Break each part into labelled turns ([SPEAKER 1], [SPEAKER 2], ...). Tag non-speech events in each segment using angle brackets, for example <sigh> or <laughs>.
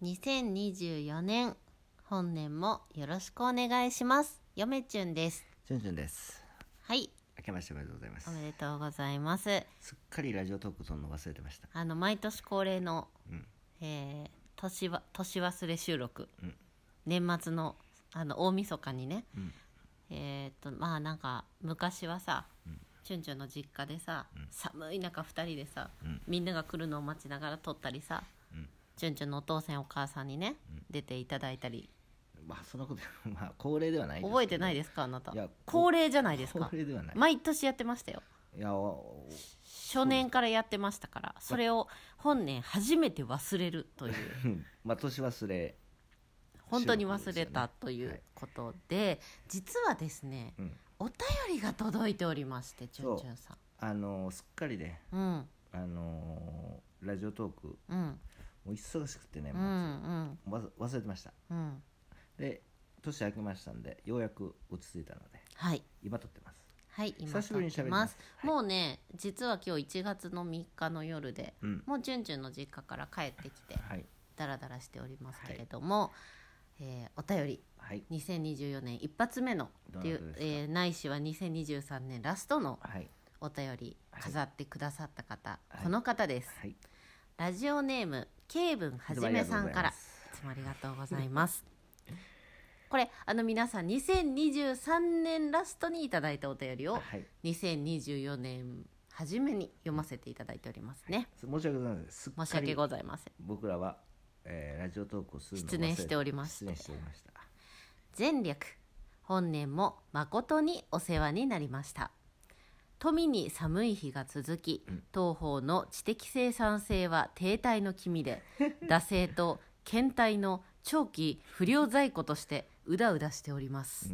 [SPEAKER 1] 2024年本年もよろしくお願いしますよめちゅんです
[SPEAKER 2] じゅんじゅんです。
[SPEAKER 1] はい
[SPEAKER 2] 明けましておめでとうございます
[SPEAKER 1] お。めでとうございます
[SPEAKER 2] すっかりラジオトーク撮るの忘れてました。
[SPEAKER 1] あの毎年恒例の、
[SPEAKER 2] うん
[SPEAKER 1] えー年は年忘れ収録、
[SPEAKER 2] うん
[SPEAKER 1] 年末のあの大晦日にね、
[SPEAKER 2] うん
[SPEAKER 1] えーっとまあなんか昔はさ、チュンチュンの実家でさ、寒い中2人でさ、
[SPEAKER 2] うん
[SPEAKER 1] みんなが来るのを待ちながら撮ったりさ、
[SPEAKER 2] うん
[SPEAKER 1] チュンチュンのお父さんお母さんにね、出ていただいたり
[SPEAKER 2] まあそんなこと <laughs> まあ恒例ではないですけど。
[SPEAKER 1] 覚えてないですかあなた
[SPEAKER 2] いや
[SPEAKER 1] 恒例じゃないですか
[SPEAKER 2] 恒例ではない。
[SPEAKER 1] 毎年やってましたよ
[SPEAKER 2] いやお
[SPEAKER 1] 初年からやってましたからそれを本年初めて忘れるという
[SPEAKER 2] <laughs> うんまあ年忘れ。
[SPEAKER 1] 本当に忘れたということで実はですね、
[SPEAKER 2] うん
[SPEAKER 1] お便りが届いておりましてちゅ
[SPEAKER 2] そ
[SPEAKER 1] ん
[SPEAKER 2] う
[SPEAKER 1] ちゅんさん
[SPEAKER 2] あのすっかりね
[SPEAKER 1] うん
[SPEAKER 2] あのラジオトーク
[SPEAKER 1] うん
[SPEAKER 2] もう忙しくてね、
[SPEAKER 1] うんう
[SPEAKER 2] も
[SPEAKER 1] ん
[SPEAKER 2] うわざ忘れてました。
[SPEAKER 1] うん
[SPEAKER 2] で年明けましたんでようやく落ち着いたので
[SPEAKER 1] はい
[SPEAKER 2] 今撮ってます。
[SPEAKER 1] はい今
[SPEAKER 2] 久しぶりに
[SPEAKER 1] 撮
[SPEAKER 2] 喋
[SPEAKER 1] って
[SPEAKER 2] り
[SPEAKER 1] ま
[SPEAKER 2] ますす
[SPEAKER 1] もうね実は今日1月の3日の夜で、
[SPEAKER 2] うん
[SPEAKER 1] もうちゅんちゅんの実家から帰ってきて
[SPEAKER 2] はい
[SPEAKER 1] ダラダラしておりますけれども、えーお便り
[SPEAKER 2] はい
[SPEAKER 1] 2024年一発目のっていう
[SPEAKER 2] どなたですか
[SPEAKER 1] えーないしは2023年ラストの
[SPEAKER 2] はい
[SPEAKER 1] お便り
[SPEAKER 2] はい
[SPEAKER 1] 飾ってくださった方、
[SPEAKER 2] はい
[SPEAKER 1] この方です、
[SPEAKER 2] はい。
[SPEAKER 1] ラジオネームケイブンはじめさんからいつもありがとうございますこれあの皆さん2023年ラストにいただいたお便りを
[SPEAKER 2] はい。
[SPEAKER 1] 2024年初めに読ませていただいておりますね
[SPEAKER 2] 申し訳ございません。すっか
[SPEAKER 1] 申
[SPEAKER 2] り
[SPEAKER 1] し訳ございません
[SPEAKER 2] 僕らは、えーラジオトークをするのを忘れ
[SPEAKER 1] 失念しておりまして
[SPEAKER 2] 失念しておりました
[SPEAKER 1] 前略本年も誠にお世話になりました富に寒い日が続き東方の知的生産性は停滞の気味で <laughs> 惰性と倦怠の長期不良在庫としてうだうだしております、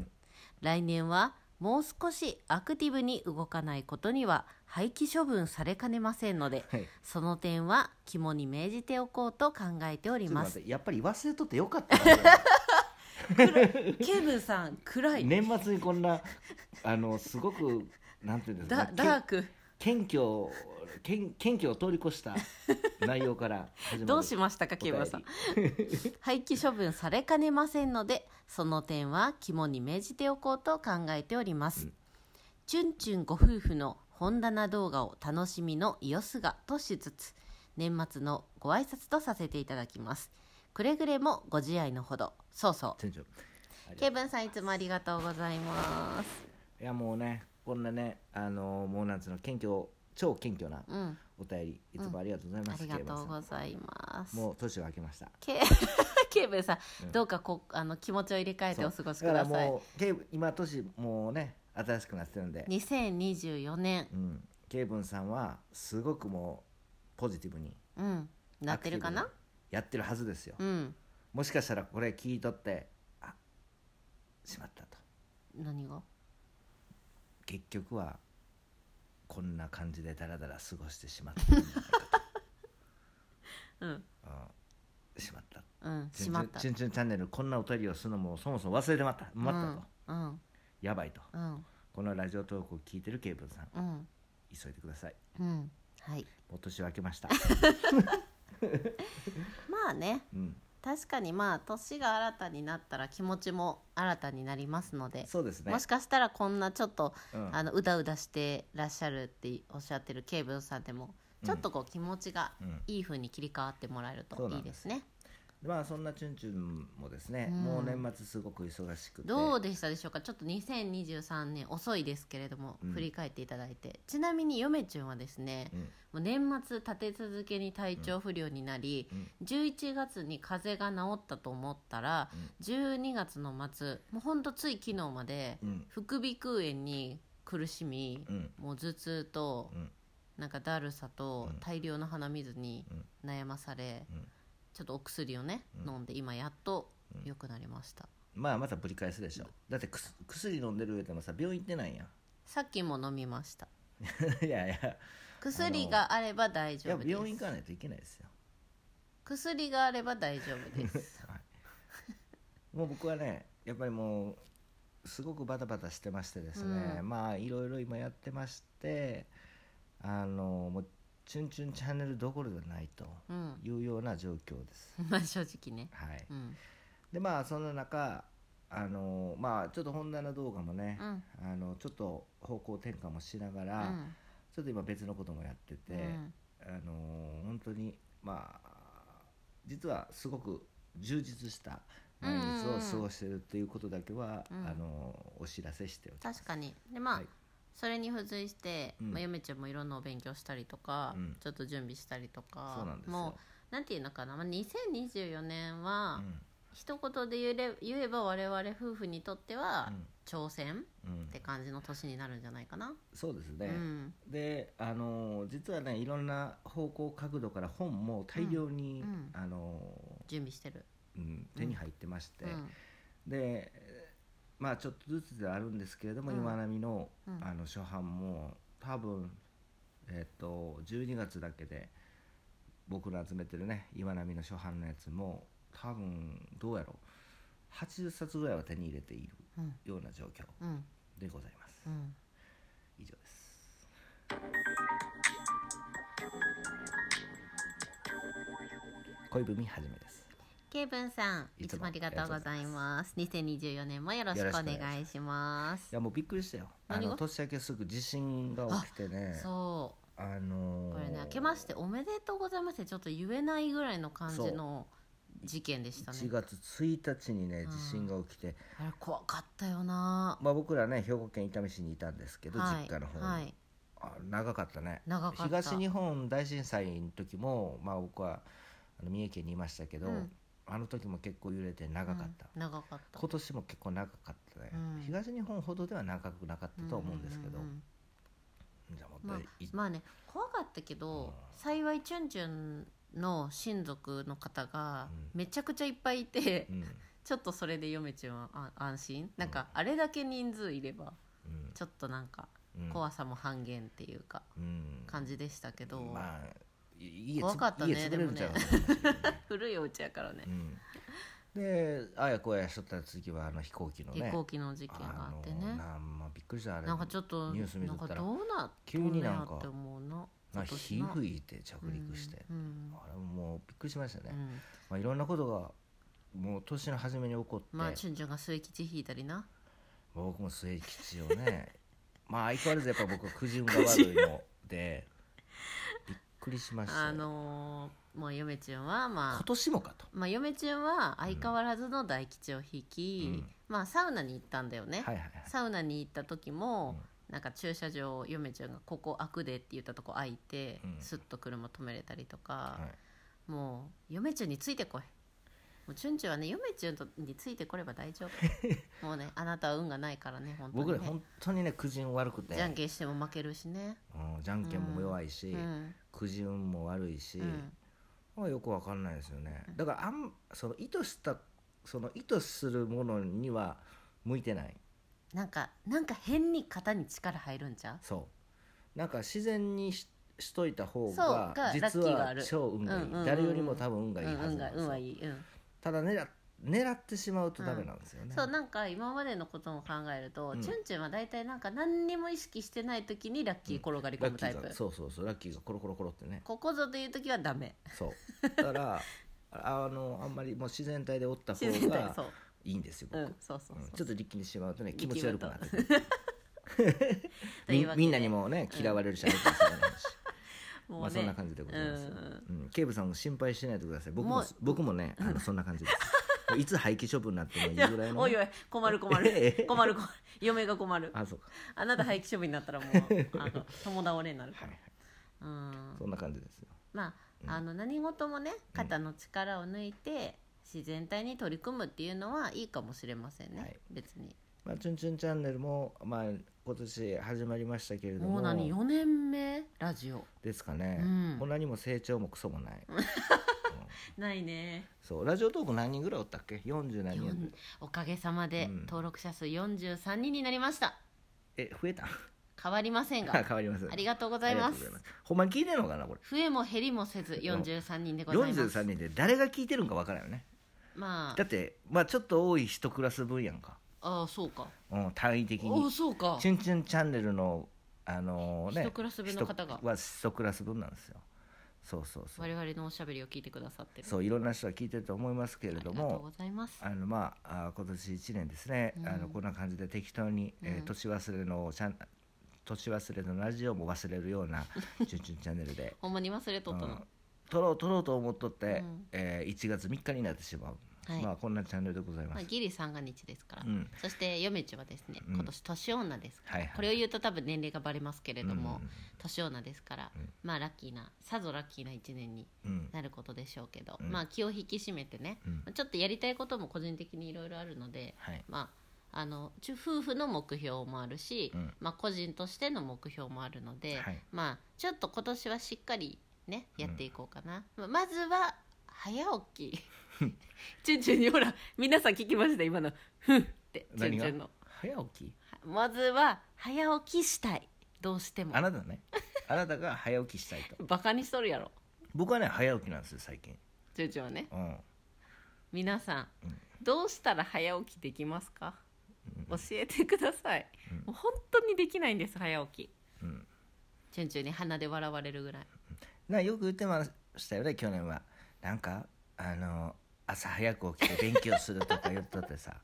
[SPEAKER 1] 来年はもう少しアクティブに動かないことには廃棄処分されかねませんので、
[SPEAKER 2] はい
[SPEAKER 1] その点は肝に銘じておこうと考えており
[SPEAKER 2] ちょっと
[SPEAKER 1] ま
[SPEAKER 2] 待
[SPEAKER 1] す
[SPEAKER 2] ってやっぱり忘れとってよかった
[SPEAKER 1] ケブンさん暗
[SPEAKER 2] な
[SPEAKER 1] い、
[SPEAKER 2] 年末にこんな <laughs> あのすごくなんていうんですか
[SPEAKER 1] だ
[SPEAKER 2] けん
[SPEAKER 1] ダーク
[SPEAKER 2] 謙虚謙謙虚を通り越した内容から始まる
[SPEAKER 1] どうしましたか、
[SPEAKER 2] お
[SPEAKER 1] ケ
[SPEAKER 2] 便り
[SPEAKER 1] イバさん。廃棄処分されかねませんので、その点は肝に銘じておこうと考えております。チュンチュンご夫婦の本棚動画を楽しみのイオスガとしつつ、年末のご挨拶とさせていただきます。くれぐれもご自愛のほど。そうそ
[SPEAKER 2] 店長あ
[SPEAKER 1] う。
[SPEAKER 2] り
[SPEAKER 1] ケイブンさんいつもありがとうございます。
[SPEAKER 2] いやもうねこんなねあのもうなんつうの謙虚超謙虚な
[SPEAKER 1] うん、
[SPEAKER 2] お便りいつもありがとうござい
[SPEAKER 1] あ
[SPEAKER 2] ます、
[SPEAKER 1] りがとうご
[SPEAKER 2] い
[SPEAKER 1] ざいます。
[SPEAKER 2] もう年を明けました
[SPEAKER 1] ケ <laughs> ケイブンさん、どうかこあの気持ちを入れ替えてお過ごしくだ
[SPEAKER 2] そうか
[SPEAKER 1] さ
[SPEAKER 2] ら
[SPEAKER 1] い。
[SPEAKER 2] もうケイブ今年もうね新しくなってるんで、
[SPEAKER 1] 2024年
[SPEAKER 2] うん、ケイブンさんはすごくもうポジティブに
[SPEAKER 1] うんなってるか
[SPEAKER 2] ア
[SPEAKER 1] な
[SPEAKER 2] クティブにやってるはずですよ、
[SPEAKER 1] うん
[SPEAKER 2] もしかしたらこれ聞いとってあしまったと
[SPEAKER 1] 何が
[SPEAKER 2] 結局はこんな感じでダラダラ過ごしてし
[SPEAKER 1] <laughs>
[SPEAKER 2] まったんじゃないか
[SPEAKER 1] うん
[SPEAKER 2] と、うん、しまった
[SPEAKER 1] うんしまった
[SPEAKER 2] チュンチュンチュンチャンネルこんなお便りをするのもそもそも忘れてまったまったと、
[SPEAKER 1] うん
[SPEAKER 2] やばいと
[SPEAKER 1] うん
[SPEAKER 2] このラジオトークを聞いてるケイブンさん
[SPEAKER 1] うん
[SPEAKER 2] 急いでください
[SPEAKER 1] うんはい
[SPEAKER 2] もう年を明け
[SPEAKER 1] <laughs>
[SPEAKER 2] ました、
[SPEAKER 1] まあね
[SPEAKER 2] うん、
[SPEAKER 1] 確かにまあ年が新たになったら気持ちも新たになりますので、
[SPEAKER 2] そうですね
[SPEAKER 1] もしかしたらこんなちょっと、
[SPEAKER 2] うん
[SPEAKER 1] あのうだうだしてらっしゃるっておっしゃってるケイブンさんでもちょっとこう気持ちが
[SPEAKER 2] うん
[SPEAKER 1] いい風に切り替わってもらえる
[SPEAKER 2] そ
[SPEAKER 1] と
[SPEAKER 2] うない
[SPEAKER 1] い
[SPEAKER 2] ん
[SPEAKER 1] で
[SPEAKER 2] ですす
[SPEAKER 1] ね、
[SPEAKER 2] まあそんなチュンチュンもですね、
[SPEAKER 1] うん
[SPEAKER 2] もう年末すごく忙しくて
[SPEAKER 1] どうでしたでしょうかちょっと2023年遅いですけれども、
[SPEAKER 2] うん
[SPEAKER 1] 振り返っていただいてちなみに嫁ちゅんはですね、
[SPEAKER 2] うん
[SPEAKER 1] もう年末立て続けに体調不良になり、
[SPEAKER 2] うん
[SPEAKER 1] 11月に風邪が治ったと思ったら、12月の末もうほんとつい昨日まで
[SPEAKER 2] うん
[SPEAKER 1] 副鼻腔炎に苦しみ、
[SPEAKER 2] うん
[SPEAKER 1] もう頭痛と、
[SPEAKER 2] うん
[SPEAKER 1] なんかだるさと
[SPEAKER 2] うん
[SPEAKER 1] 大量の鼻水に
[SPEAKER 2] うん
[SPEAKER 1] 悩まされ、
[SPEAKER 2] うん
[SPEAKER 1] ちょっとお薬をね、
[SPEAKER 2] うん
[SPEAKER 1] 飲んで今やっと
[SPEAKER 2] うん
[SPEAKER 1] 良くなりました。
[SPEAKER 2] まあまたぶり返すでしょだってくす薬飲んでる上でもさ病院行ってないや
[SPEAKER 1] さっきも飲みました
[SPEAKER 2] ん <laughs> いやいや
[SPEAKER 1] 薬があれば大
[SPEAKER 2] い
[SPEAKER 1] 丈
[SPEAKER 2] や
[SPEAKER 1] 夫です
[SPEAKER 2] 病院行かないといけないですよ
[SPEAKER 1] 薬があれば大丈夫です
[SPEAKER 2] <laughs> もう僕はねやっぱりもうすごくバタバタしてましてですね、
[SPEAKER 1] う
[SPEAKER 2] まあいろいろ今やってましてあのもうチュンチュンチャンネルどころじゃないと
[SPEAKER 1] うん
[SPEAKER 2] いうような状況です。
[SPEAKER 1] まあ正直ね
[SPEAKER 2] はい、
[SPEAKER 1] うん
[SPEAKER 2] でまあそんな中あのまあちょっと本棚動画もね
[SPEAKER 1] う、ん
[SPEAKER 2] あのちょっと方向転換もしなが
[SPEAKER 1] う
[SPEAKER 2] ら、
[SPEAKER 1] ん
[SPEAKER 2] ちょっと今別のこともやってて、
[SPEAKER 1] うん
[SPEAKER 2] あの本当にまあ実はすごく充実した毎日を過ごしてるっていうことだけは、
[SPEAKER 1] うん
[SPEAKER 2] あのお知らせしておきます。
[SPEAKER 1] 確かにでまあ、
[SPEAKER 2] はい
[SPEAKER 1] それに付随して、
[SPEAKER 2] うん
[SPEAKER 1] まあ、嫁ちゃんもいろんなお勉強したりとか、
[SPEAKER 2] うん
[SPEAKER 1] ちょっと準備したりとか
[SPEAKER 2] そうなんです
[SPEAKER 1] も
[SPEAKER 2] よ
[SPEAKER 1] うなんていうのかな、まあ、2024年は、
[SPEAKER 2] うん
[SPEAKER 1] 一言で言えれ言えば我々夫婦にとっては、
[SPEAKER 2] うん
[SPEAKER 1] 挑戦
[SPEAKER 2] うん
[SPEAKER 1] って感じの年になるんじゃないかな、
[SPEAKER 2] そうです
[SPEAKER 1] う
[SPEAKER 2] ね、
[SPEAKER 1] ん
[SPEAKER 2] であの実はねいろんな方向角度から本も大量に、
[SPEAKER 1] うんうん
[SPEAKER 2] あの
[SPEAKER 1] 準備してる、
[SPEAKER 2] うん手に入ってまして、
[SPEAKER 1] うん
[SPEAKER 2] でえーまあちょっとずつではあるんですけれども、
[SPEAKER 1] うん
[SPEAKER 2] 今波の,、
[SPEAKER 1] うん
[SPEAKER 2] あの初版も多分えっ、と12月だけで僕の集めてるね今波の初版のやつも多分どうやろう80冊ぐらいは手に入れている
[SPEAKER 1] うん
[SPEAKER 2] ような状況
[SPEAKER 1] うん
[SPEAKER 2] でございます、
[SPEAKER 1] うん
[SPEAKER 2] 以上です恋文はじめです
[SPEAKER 1] ケイブンさんい
[SPEAKER 2] い
[SPEAKER 1] つ
[SPEAKER 2] つ
[SPEAKER 1] も
[SPEAKER 2] も
[SPEAKER 1] ありがとうございます2024年もよろしくお願いします
[SPEAKER 2] いやもうびっくりしたよあ
[SPEAKER 1] 何が
[SPEAKER 2] の年明けすぐ地震が起きてね
[SPEAKER 1] そう
[SPEAKER 2] あのー
[SPEAKER 1] これね「明けましておめでとうございます」ってちょっと言えないぐらいの感じの事件でした
[SPEAKER 2] 1
[SPEAKER 1] ね
[SPEAKER 2] 月1日にね
[SPEAKER 1] うん
[SPEAKER 2] 地震が起きて、
[SPEAKER 1] あれ怖かったよな
[SPEAKER 2] まあ、僕らね兵庫県伊丹市にいたんですけど、
[SPEAKER 1] はい
[SPEAKER 2] 実家の方に、
[SPEAKER 1] はい
[SPEAKER 2] あ長かったね
[SPEAKER 1] 長かった
[SPEAKER 2] 東日本大震災の時も、まあ、僕はあの三重県にいましたけど、
[SPEAKER 1] うん
[SPEAKER 2] あの時も結構揺れて長かった、
[SPEAKER 1] うん長かった
[SPEAKER 2] 今年も結構長かったね、
[SPEAKER 1] うん
[SPEAKER 2] 東日本ほどでは長くなかったとは思うんですけど、
[SPEAKER 1] うんうんうん
[SPEAKER 2] じゃあもっ
[SPEAKER 1] まあ
[SPEAKER 2] とい、
[SPEAKER 1] まあね怖かったけど
[SPEAKER 2] う
[SPEAKER 1] 幸いチュンチュンの親族の方が
[SPEAKER 2] うん
[SPEAKER 1] めちゃくちゃいっぱいいて、
[SPEAKER 2] うんうん
[SPEAKER 1] ちょっとそれで嫁ちゃんはあ安心なんかあれだけ人数いればちょっとなんか
[SPEAKER 2] うん
[SPEAKER 1] 怖さも半減っていうか
[SPEAKER 2] うん
[SPEAKER 1] 感じでしたけど、
[SPEAKER 2] まあい家つ
[SPEAKER 1] 怖かったね
[SPEAKER 2] 家潰れるんちゃうかな
[SPEAKER 1] 古いお家やからね
[SPEAKER 2] うん、であやこやしとった次はあの飛行機のね
[SPEAKER 1] 飛行機の事件があってね
[SPEAKER 2] のなんまあびっくりしたあれ
[SPEAKER 1] なんかちょっと
[SPEAKER 2] ニュース見
[SPEAKER 1] な
[SPEAKER 2] と
[SPEAKER 1] ん
[SPEAKER 2] っ
[SPEAKER 1] か
[SPEAKER 2] た
[SPEAKER 1] らどうなっ
[SPEAKER 2] 急になんか
[SPEAKER 1] とんねやって思うな
[SPEAKER 2] まあ
[SPEAKER 1] 今年
[SPEAKER 2] 火
[SPEAKER 1] な
[SPEAKER 2] 吹いて着陸して、
[SPEAKER 1] うん
[SPEAKER 2] あれもうびっくりしましたね
[SPEAKER 1] う、ん
[SPEAKER 2] まあ、いろんなことがもう年の初めに起こって、
[SPEAKER 1] まあチュンチュンが末吉引いたりな
[SPEAKER 2] 僕も末吉をね <laughs> まあ相変わらずやっぱ僕はくじ運が悪いのでびっくりしましたよ
[SPEAKER 1] あのー、もう嫁ちゃんはま
[SPEAKER 2] 今
[SPEAKER 1] あ
[SPEAKER 2] 年もかと
[SPEAKER 1] まあ、嫁ちゃんは相変わらずの大吉を引き、
[SPEAKER 2] うん
[SPEAKER 1] まあサウナに行ったんだよね、
[SPEAKER 2] はいはいはい
[SPEAKER 1] サウナに行った時も、なんか駐車場嫁ちゃんが「ここ開くで」って言ったとこ開いて、
[SPEAKER 2] うん
[SPEAKER 1] スッと車止めれたりとか、
[SPEAKER 2] はい
[SPEAKER 1] もう嫁ちゃんについてこいもうチュンチュンはね嫁ちゃんとについてこれば大丈
[SPEAKER 2] <laughs>
[SPEAKER 1] 夫もうねあなたは運がないからね本当に
[SPEAKER 2] 僕
[SPEAKER 1] ね
[SPEAKER 2] ら本当にねくじ運悪くて
[SPEAKER 1] じゃんけんしても負けるしね、
[SPEAKER 2] うんじゃんけんも弱いし、
[SPEAKER 1] うん
[SPEAKER 2] くじ運も悪いし、
[SPEAKER 1] うん
[SPEAKER 2] まあよくわかんないですよねだからあんその意図したその意図するものには向いてない
[SPEAKER 1] なんかなんか変に肩に力入るんちゃう
[SPEAKER 2] そうなんか自然にししといた方
[SPEAKER 1] そう
[SPEAKER 2] が
[SPEAKER 1] が
[SPEAKER 2] 実
[SPEAKER 1] ラッキーがあ
[SPEAKER 2] は
[SPEAKER 1] る
[SPEAKER 2] 超運がいい、
[SPEAKER 1] うんうんうん
[SPEAKER 2] 誰よりも多分運がいいは
[SPEAKER 1] うん
[SPEAKER 2] ず
[SPEAKER 1] 運
[SPEAKER 2] な
[SPEAKER 1] が
[SPEAKER 2] んです
[SPEAKER 1] 運
[SPEAKER 2] よ、
[SPEAKER 1] はいい、うん
[SPEAKER 2] ただ狙っ狙ってしまうとダメなんですよね、
[SPEAKER 1] そうなんか今までのことも考えると、
[SPEAKER 2] うん
[SPEAKER 1] チュンチュンは大体なんか何にも意識してない時にラッキー転がり込
[SPEAKER 2] ラッ
[SPEAKER 1] む
[SPEAKER 2] キ
[SPEAKER 1] タイプ、
[SPEAKER 2] ーがそうそうそうラッキーがコロコロコロってね
[SPEAKER 1] ここぞという時はダメ
[SPEAKER 2] そうだからああのあんまりもう自然体でおった方
[SPEAKER 1] 自然体
[SPEAKER 2] が
[SPEAKER 1] そう、
[SPEAKER 2] いいんですよ
[SPEAKER 1] う
[SPEAKER 2] 僕
[SPEAKER 1] ん、そうそうそう、
[SPEAKER 2] うんちょっと力んでしまうとね気持ち悪くなってくる
[SPEAKER 1] <laughs> とい
[SPEAKER 2] み
[SPEAKER 1] うわけで
[SPEAKER 2] みんなにもね嫌われるし、あれかもしれないし
[SPEAKER 1] もうね、
[SPEAKER 2] まあそんな感じでございます、
[SPEAKER 1] うん
[SPEAKER 2] うん警部さんも心配しないでください僕
[SPEAKER 1] も
[SPEAKER 2] も
[SPEAKER 1] う
[SPEAKER 2] 僕もねあのそんな感じですいつ廃棄処分になってもいい
[SPEAKER 1] いや
[SPEAKER 2] ぐらい
[SPEAKER 1] <laughs>
[SPEAKER 2] の
[SPEAKER 1] お
[SPEAKER 2] ね、
[SPEAKER 1] いおい困る困
[SPEAKER 2] え
[SPEAKER 1] る
[SPEAKER 2] え
[SPEAKER 1] 困る困る嫁が困る
[SPEAKER 2] あそうか
[SPEAKER 1] あなた廃棄処分になったらも
[SPEAKER 2] <laughs>
[SPEAKER 1] うあの共倒れになるか
[SPEAKER 2] はい
[SPEAKER 1] ら
[SPEAKER 2] はい、
[SPEAKER 1] うん
[SPEAKER 2] そんな感じですよ
[SPEAKER 1] まああの何事もね肩の力を抜いて自然体に取り組むっていうのはいいかもしれませんね、
[SPEAKER 2] はい
[SPEAKER 1] 別に
[SPEAKER 2] まあ、チュンチュンチャンネルも、まあ、今年始まりましたけれども
[SPEAKER 1] もう何4年目ラジオ
[SPEAKER 2] ですかね、
[SPEAKER 1] うん
[SPEAKER 2] もう何も成長もクソもない、
[SPEAKER 1] ないね
[SPEAKER 2] そうラジオトーク何人ぐらいおったっけ40何
[SPEAKER 1] よ
[SPEAKER 2] 人
[SPEAKER 1] んおかげさまで
[SPEAKER 2] うん
[SPEAKER 1] 登録者数43人になりました、
[SPEAKER 2] え増えた
[SPEAKER 1] 変わりませんが
[SPEAKER 2] <laughs> 変わります
[SPEAKER 1] ありがとうございま
[SPEAKER 2] ありがと
[SPEAKER 1] す
[SPEAKER 2] うございほんまに聞いてるのかなこれ
[SPEAKER 1] 増えも減りもせず43人でございます
[SPEAKER 2] 43人で誰が聞いてるんかわからんよね
[SPEAKER 1] ま
[SPEAKER 2] だってまあちょっと多い一クラス分やんか、
[SPEAKER 1] あああそうか
[SPEAKER 2] うん、単位的
[SPEAKER 1] お
[SPEAKER 2] に
[SPEAKER 1] そうか
[SPEAKER 2] 「チュンチュンチャンネルの」あのね
[SPEAKER 1] 一クラス分の方が
[SPEAKER 2] 一は一クラス分なんですよそうそうそう
[SPEAKER 1] 我々のおしゃべりを聞いてくださってる
[SPEAKER 2] そういろんな人が聞いてると思いますけれど
[SPEAKER 1] ありがとう
[SPEAKER 2] も
[SPEAKER 1] ございます
[SPEAKER 2] あのまああ今年1年ですね、
[SPEAKER 1] うん
[SPEAKER 2] あのこんな感じで適当に、えー
[SPEAKER 1] うん
[SPEAKER 2] 年忘れのちゃん年忘れのラジオも忘れるような「チュンチュンチャンネルで」
[SPEAKER 1] ほんまに忘れとった
[SPEAKER 2] う
[SPEAKER 1] の
[SPEAKER 2] ん、撮ろう撮ろうと思っとって、
[SPEAKER 1] うん
[SPEAKER 2] えー1月3日になってしまう、
[SPEAKER 1] はい
[SPEAKER 2] まあこんなチャンネルでございま、
[SPEAKER 1] ますあ、ギリ三が日ですから、
[SPEAKER 2] うん
[SPEAKER 1] そして嫁ちはですね
[SPEAKER 2] うん
[SPEAKER 1] 今年年女ですから、
[SPEAKER 2] はいはい
[SPEAKER 1] これを言うと多分年齢がバレますけれども、
[SPEAKER 2] うん
[SPEAKER 1] 年女ですから、
[SPEAKER 2] うん
[SPEAKER 1] まあラッキーなさぞラッキーな一年に
[SPEAKER 2] うん
[SPEAKER 1] なることでしょうけど、
[SPEAKER 2] うん
[SPEAKER 1] まあ気を引き締めてね、
[SPEAKER 2] うん
[SPEAKER 1] ちょっとやりたいことも個人的にいろいろあるので、
[SPEAKER 2] はい
[SPEAKER 1] まあ、あのちゅ夫婦の目標もあるし、
[SPEAKER 2] うん
[SPEAKER 1] まあ、個人としての目標もあるので、
[SPEAKER 2] はい
[SPEAKER 1] まあ、ちょっと今年はしっかり、ね、やっていこうかな、まあまずは早起き <laughs> チュンチュンにほら皆さん聞きました今の「ふん」ってチュン
[SPEAKER 2] 何
[SPEAKER 1] チ
[SPEAKER 2] が
[SPEAKER 1] ュンの
[SPEAKER 2] 早起き
[SPEAKER 1] まずは早起きしたいどうしても
[SPEAKER 2] あなたねあなたが早起きした
[SPEAKER 1] <laughs>
[SPEAKER 2] いと
[SPEAKER 1] バカにしとるやろ
[SPEAKER 2] 僕はね早起きなんですよ最近
[SPEAKER 1] チュンチュンはね
[SPEAKER 2] うん
[SPEAKER 1] 皆さん、
[SPEAKER 2] うん
[SPEAKER 1] どうしたら早起きできますか、教えてください、
[SPEAKER 2] うん
[SPEAKER 1] もう本当にできないんです早起き
[SPEAKER 2] うん
[SPEAKER 1] チュンチュンに鼻で笑われるぐらい
[SPEAKER 2] なよく言ってましたよね去年はなんかあの朝早く起きて勉強するとか言っとって
[SPEAKER 1] <laughs>
[SPEAKER 2] さ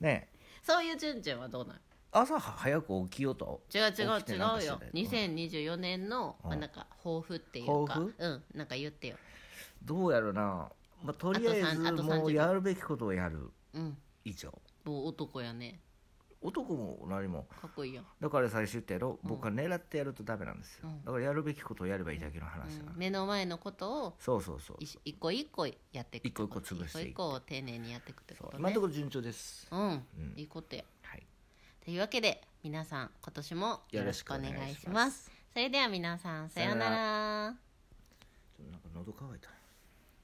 [SPEAKER 2] ねえ
[SPEAKER 1] そういうチュンチュンはどうなの
[SPEAKER 2] 朝早く起きようと
[SPEAKER 1] 違う違う
[SPEAKER 2] 起き
[SPEAKER 1] 違
[SPEAKER 2] てなんか
[SPEAKER 1] うよ
[SPEAKER 2] してたよ
[SPEAKER 1] 2024年の、
[SPEAKER 2] うん
[SPEAKER 1] まあ、なんか抱負っていうか
[SPEAKER 2] 抱負
[SPEAKER 1] うんなんか言ってよ
[SPEAKER 2] どうやろな、まあ、とりあえ
[SPEAKER 1] あとさんあ
[SPEAKER 2] ず
[SPEAKER 1] と30
[SPEAKER 2] もうやるべきことをやる
[SPEAKER 1] うん
[SPEAKER 2] 以上
[SPEAKER 1] もう男やね
[SPEAKER 2] 男も何も
[SPEAKER 1] かっこいいよ、
[SPEAKER 2] だから最初言ったやろ、
[SPEAKER 1] うん
[SPEAKER 2] 僕は狙ってやるとダメなんです
[SPEAKER 1] う
[SPEAKER 2] よ、
[SPEAKER 1] ん
[SPEAKER 2] だからやるべきことをやればいいだけの
[SPEAKER 1] う
[SPEAKER 2] 話だから、
[SPEAKER 1] ん目の前のことを
[SPEAKER 2] そうそうそう
[SPEAKER 1] 一一個一個やっていく
[SPEAKER 2] 一個一個潰していく
[SPEAKER 1] 一個一個を丁寧にやっていくって
[SPEAKER 2] そう
[SPEAKER 1] こと
[SPEAKER 2] 今の
[SPEAKER 1] ね
[SPEAKER 2] ところ順調です、
[SPEAKER 1] うん、
[SPEAKER 2] うん
[SPEAKER 1] いいことや
[SPEAKER 2] はい、
[SPEAKER 1] というわけで皆さん今年もよろしくお願いし
[SPEAKER 2] よろしくお願いし
[SPEAKER 1] ま
[SPEAKER 2] ます
[SPEAKER 1] それでは皆さんさよう
[SPEAKER 2] さ
[SPEAKER 1] な
[SPEAKER 2] よう
[SPEAKER 1] ら
[SPEAKER 2] ちょっとなんか喉乾いた